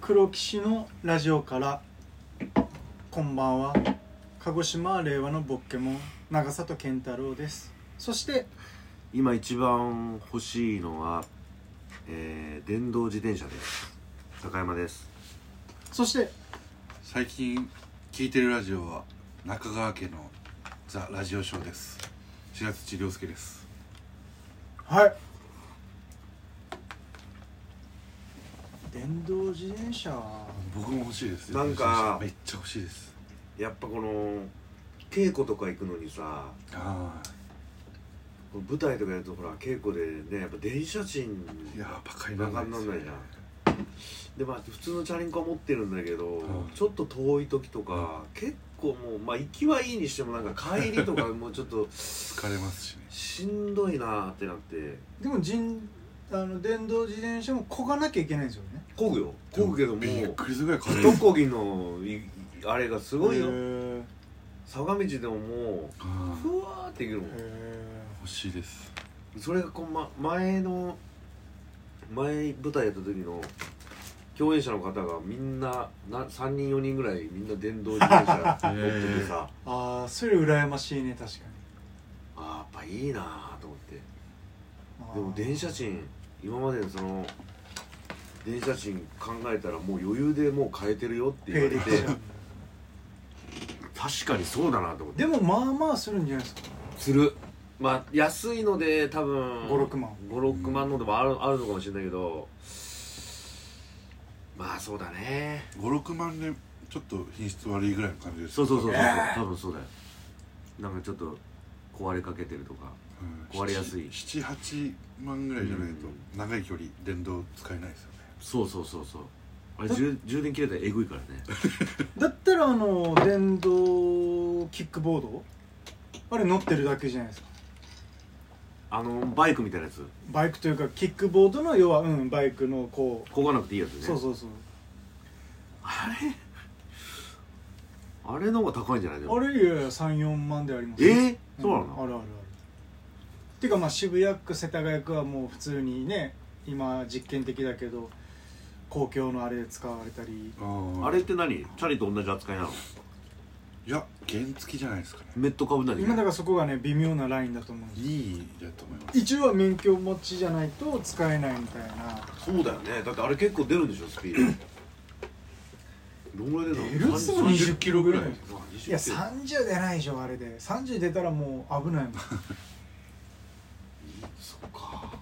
黒騎士のラジオからこんばんは鹿児島令和のボッケモン長里健太郎ですそして今一番欲しいのは、えー、電動自転車です高山ですそして最近聞いてるラジオは中川家のザ・ラジオショーです白土亮介ですはい電動自転車僕も欲しいですなんかめっちゃ欲しいですやっぱこの稽古とか行くのにさあこの舞台とかやるとほら稽古でねやっぱ電車賃あいやーバカになならかないなかですなよいねなでまあ普通のチャリンコは持ってるんだけど、んちょっと遠い時とか、結構もうまあ行きはいいにしてもなんか帰りとかもうちょっと疲れますしねしんどいなーってなってでも人あの電動自転車も漕がなきゃいけないんですよね漕ぐよ漕ぐけどもびっうくりするぐらい軽い一漕ぎのいあれがすごいよへー坂道でももあうふわーっていけるもんへー欲しいですそれがこう、ま、前の前舞台やった時の共演者の方がみんなな3人4人ぐらいみんな電動自転車 乗っててさ、ーああそれ羨ましいね確かあーやっぱいいなーと思ってにでも電車賃今までのその電車賃考えたらもう余裕でもう変えてるよって言わペれイてできちゃう確かにそうだなと思ってでもまあまあするんじゃないですかするまあ安いので多分56万56万のでもあるあるのかもしれないけどまあそうだね56万でちょっと品質悪いぐらいの感じですそうそうそうそう、え多分そうだよなんかちょっと壊れかけてるとかうん壊れやすい78万ぐらいじゃないとうん長い距離電動使えないですよねそうそうそうそうあれ充充電切れたらえぐいからねだったらあの電動キックボードあれ乗ってるだけじゃないですかあのバイクみたいなやつバイクというかキックボードの要はうんバイクのここがなくていいやつうねそうそうそうあれあれの方が高いんじゃないでもあれいや34万でありますえー、んそうなあの、るあるあるていうかまあ渋谷区世田谷区はもう普通にね今実験的だけど公共のあれで使われたりああれって何チャリと同じ扱いなのいや原付じゃないですかねメット株なり今だからそこがね微妙なラインだと思うんですいいだと思います一応は免許持ちじゃないと使えないみたいなそうだよねだってあれ結構出るんでしょスピードどんぐらい出出たるのっつっても20キロぐらいまあ20いや30出ないでしょあれで30出たらもう危ないもんそっかあ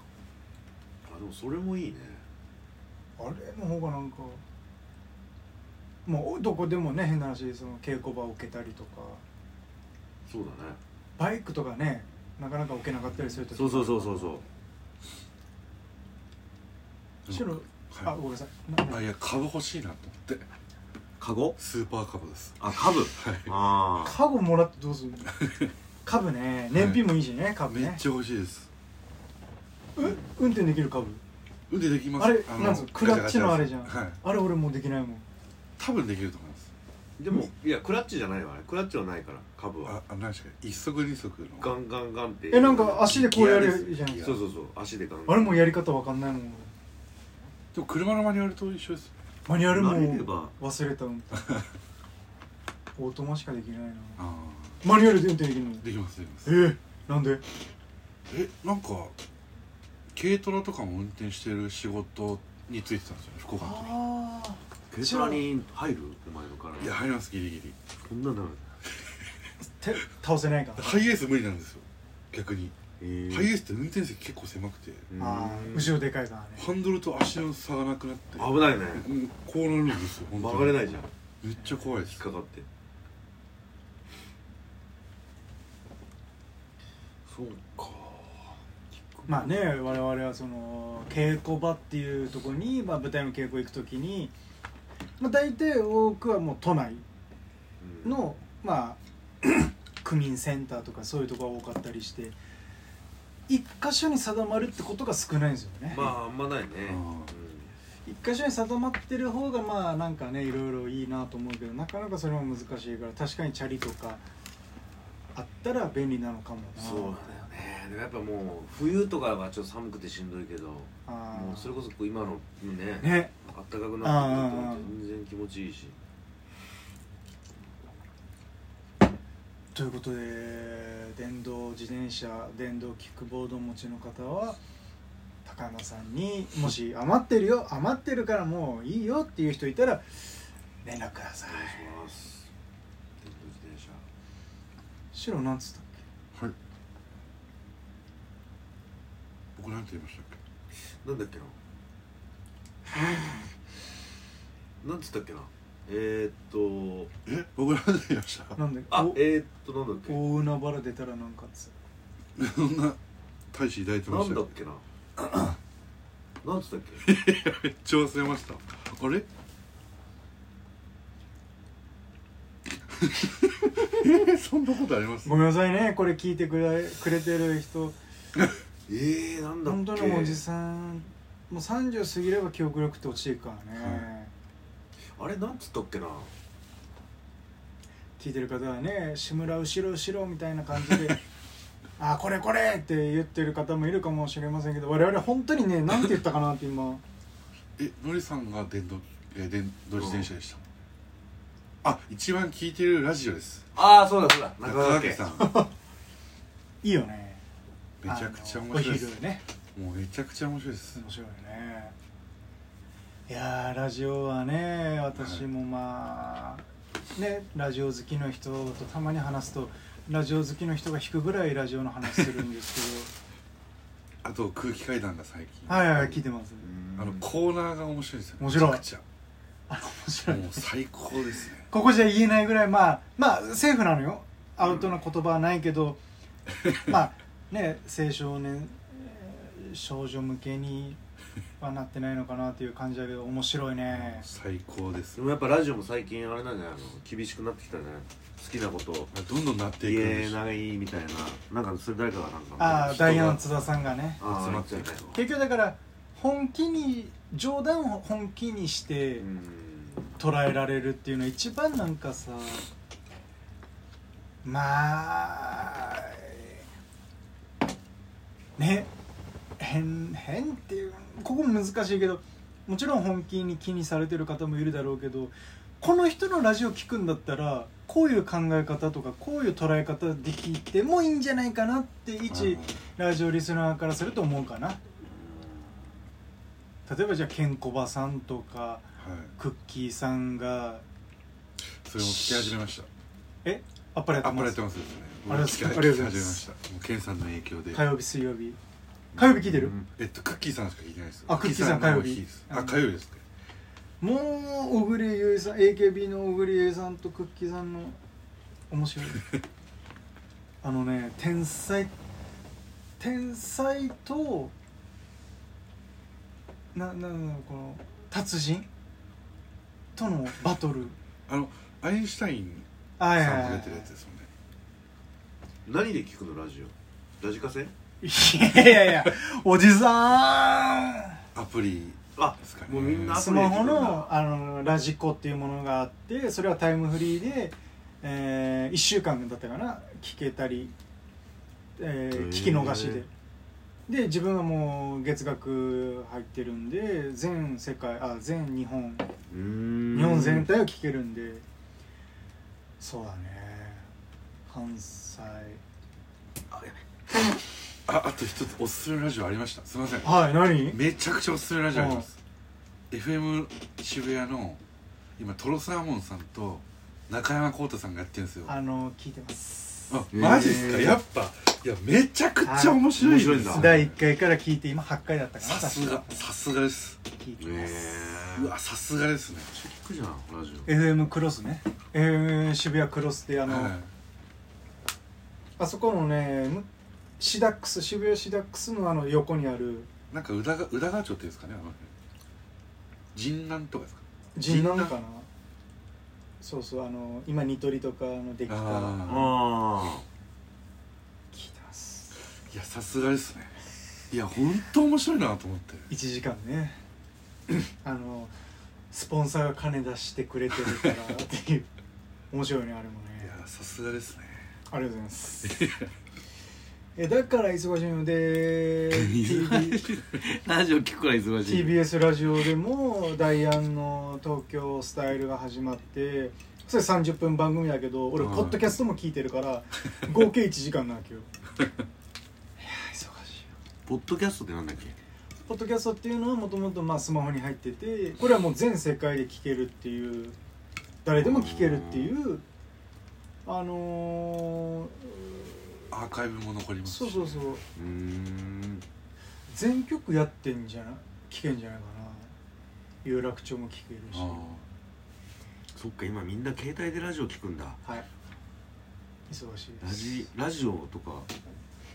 でもそれもいいねあれの方がなんかもうどこでもね変な話その稽古場を置けたりとかそうだねバイクとかねなかなか置けなかったりするとそうそうそうそうそう白、あはごめんなさいい、あないや株欲しいなと思ってカゴスーパー株ですあ株はいああカゴもらってどうするの株ね燃費もいいしね株めねっちゃ欲しいですう運転できる株腕できますあれのなんかクラッチのあれじゃんガチャガチャですはあいれ俺もうできないもん多分できると思いますでもいやクラッチじゃないわあれクラッチはないから株はああ何ですか一足二足のガンガンガンってえなんか足でこうやるじゃんそうそうそう足でガンガあンれもうやり方わかんないもんでも車のマニュアルと一緒ですマニュアルも慣れれば忘れ た運転オートマしかできないなあマニュアルで運転できるのあできますできますえー、なんでえなんか軽トラとかも運転してる仕事についてたんですよね福岡の時ああ軽トラに入るお前の体いや入りますギリギリこんなの手倒せないかハイエース無理なんですよ逆にえーハイエースって運転席結構狭くてうんあー後ろでかいからねハンドルと足の差がなくなって危ないねうんこうなるんですよ本当に曲がれないじゃんめっちゃ怖いで引っすかかってそうかまあね我々はその稽古場っていうところに、まあ、舞台の稽古行く時に、まあ、大体多くはもう都内うんのまあ 区民センターとかそういうところが多かったりして一箇所に定まるってことが少ないんですよね、まああんまないねあー一箇所に定まってる方がまあなんかねいろいろいいなと思うけどなかなかそれも難しいから確かにチャリとかあったら便利なのかもなそうなんだよねでもやっぱもう冬とかはちょっと寒くてしんどいけどもあうそれこそこう今のねねあったかくなってくあるとー全然気持ちいいしということで電動自転車電動キックボードをお持ちの方は高山さんにもし余ってるよ余ってるからもういいよっていう人いたら連絡くださいお願いします電動自転車白なんつったっはい僕なんて言いましたっけなんだっけななんつったっけなえー、っとえ僕なんて言いましたけなんであおえー、っとなんだっけ大海原出たらなんかっつそんな大使抱いてまなしんただっっけな なんつったっけけめっちゃ忘れましたあれえそんなことありますごめんなさいねこれ聞いてくれくれてる人えー、なんだっけ本当におじさんもう30過ぎれば記憶力って落ちていくからね、あれなんつったっけな聞いてる方はね「志村後ろ後ろ」みたいな感じ で「あーこれこれ!」って言ってる方もいるかもしれませんけど我々本当にねなんて言ったかなって今えのりさんが電動えー電動自転車でした、あ一番聞いてるラジオですああそうだそうだ中川家さんいいよねめちゃくちゃ面白いですあのお昼ねもうめちゃくちゃ面白いです面白いよねいやーラジオはね私もまあねラジオ好きの人とたまに話すとラジオ好きの人が引くぐらいラジオの話するんですあと空気階段が最け近 どはいはい聞いてますあのコーナーが面白いですよ面白いめちゃくちゃあの面白いもう最高ですねここじゃ言えないぐらいまあまあセーフなのよアウトな言葉はないけど、ま あね青少年えー少女向けにはなってないのかなっていう感じだけど面白いね最高ですでもやっぱラジオも最近あれなんじゃないの厳しくなってきたね好きなことをどんどんなっていく言んでえすないみたいななんかそれ誰かがなんかああ人がダイアン津田さんがねああ集なまっっちてゃるうね結局だから本気に冗談を本気にしてうん捉えられるっていうのは一番なんかさまあね変変っていうここも難しいけどもちろん本気に気にされてる方もいるだろうけどこの人のラジオ聞くんだったらこういう考え方とかこういう捉え方できてもいいんじゃないかなって一ラジオリスナーからすると思うかな例えばじゃあケンコバさんとかあのはいクッキーさんがそれも聞き始めましたあっぱれやってあっぱまれやっすてますよありねがとうございます僕聞き始めましたもうケンさんの影響で火曜日水曜日火曜日聞いてる、うんえっとクッキーさんしか聞いてないですあクッキーさんの方が火曜日いいですあ火曜日ですねもう小栗優衣さん AKB の小栗優衣さんとクッキーさんの面 白いあのね天才天才とななんだろうこの達人とのバトルあのアインシュタインあいやい さんやがい出てるやつですもんね何で聞くのラジオラジカセやいやいやいやおじさんアプリあですかねもうみんなアスプリでマ聞くホんだのあのラジコっていうものがあってそれはタイムフリーで、え1週間だったかな聞けたり、えーへー聞き逃しでで自分はもう月額入ってるんで全世界あ全日本うーん日本全体を聞けるんでそうだね関西ああと一つおすすめラジオありましたすいませんはい何めちゃくちゃおすすめラジオあります FM 渋谷の今トロサーモンさんと中山浩太さんがやってるんですよああの聞いてますマジっすかへーやっぱいやめちゃくちゃ面白いあ面白いんだ第1回から聞いて今8回だったかなさすがさすがです聞いてえます、えうわさすがですね聞くじゃんラジ FM クロスね FM 渋谷クロスってあの、はいあそこのねむシダックス渋谷シダックスのあの横にあるなんか宇田が宇田川町っていうんですかねあの辺神南とかですか神南神南かなそうそうあの今ニトリとかのできた聞オああいてますーいやさすがですねいや本当面白いなと思って1時間ね あのスポンサーが金出してくれてるからっていう 面白いねあれもいねやさすがですねありがとうございますええだから忙しいので TV ラジオ聞くから忙しい TBS ラジオでもダイアンの東京スタイルが始まってそれ30分番組だけど俺はいポッドキャストも聞いてるから合計1時間なわけよいや忙しいよポッドキャストってなんだっけポッドキャストっていうのはもともとまあスマホに入っててこれはもう全世界で聞けるっていう誰でも聞けるっていうあのーアーカイブも残りますしそうそうそううーん全曲やってんじゃない聞けんじゃないかな有楽町も聞けるしあーそっか今みんな携帯でラジオ聞くんだはい忙しいでラすジラジオとか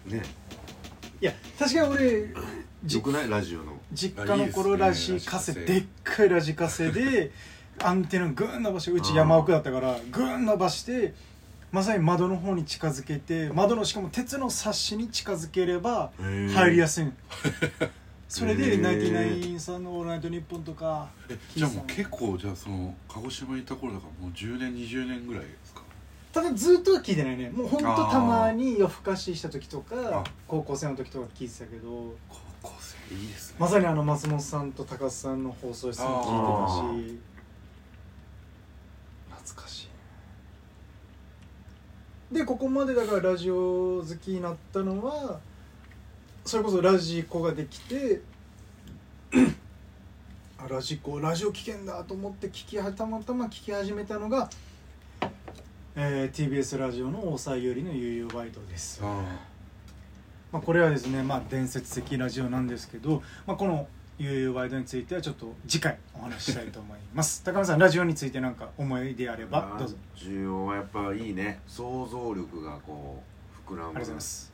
ねいや確かに俺じよくないラジオの実家の頃いやいラいですジねカセラジカセでっかいラジカセでアンテナグーン伸ばしてうち山奥だったからグーン伸ばしてまさに窓の方に近づけて窓のしかも鉄のサッシに近づければ入りやすいのそれへでーナインティナインさんの「オールナイトニッポン」とかえじゃあもう結構じゃあその鹿児島にいた頃だからもう10年20年ぐらいですかただずっとは聞いてないねもうほんとたまに夜更かしした時とかあ高校生の時とか聞いてたけど高校生いいですねまさにあの松本さんと高須さんの放送室も聞いてたし懐かしいでここまでだからラジオ好きになったのはそれこそラジコができて あラジコラジオ聞けんだと思って聞きはたまたま聞き始めたのが、えー TBS ラジオの大沢優里の「悠々バイト」ですあまあ、これはですね、まあ、伝説的ラジオなんですけど、まあ、この「悠々ワイド」についてはちょっと次回お話ししたいと思います 高野さんラジオについて何か思い出あればどうぞラジオはやっぱいいね想像力がこう膨らむありがとうございます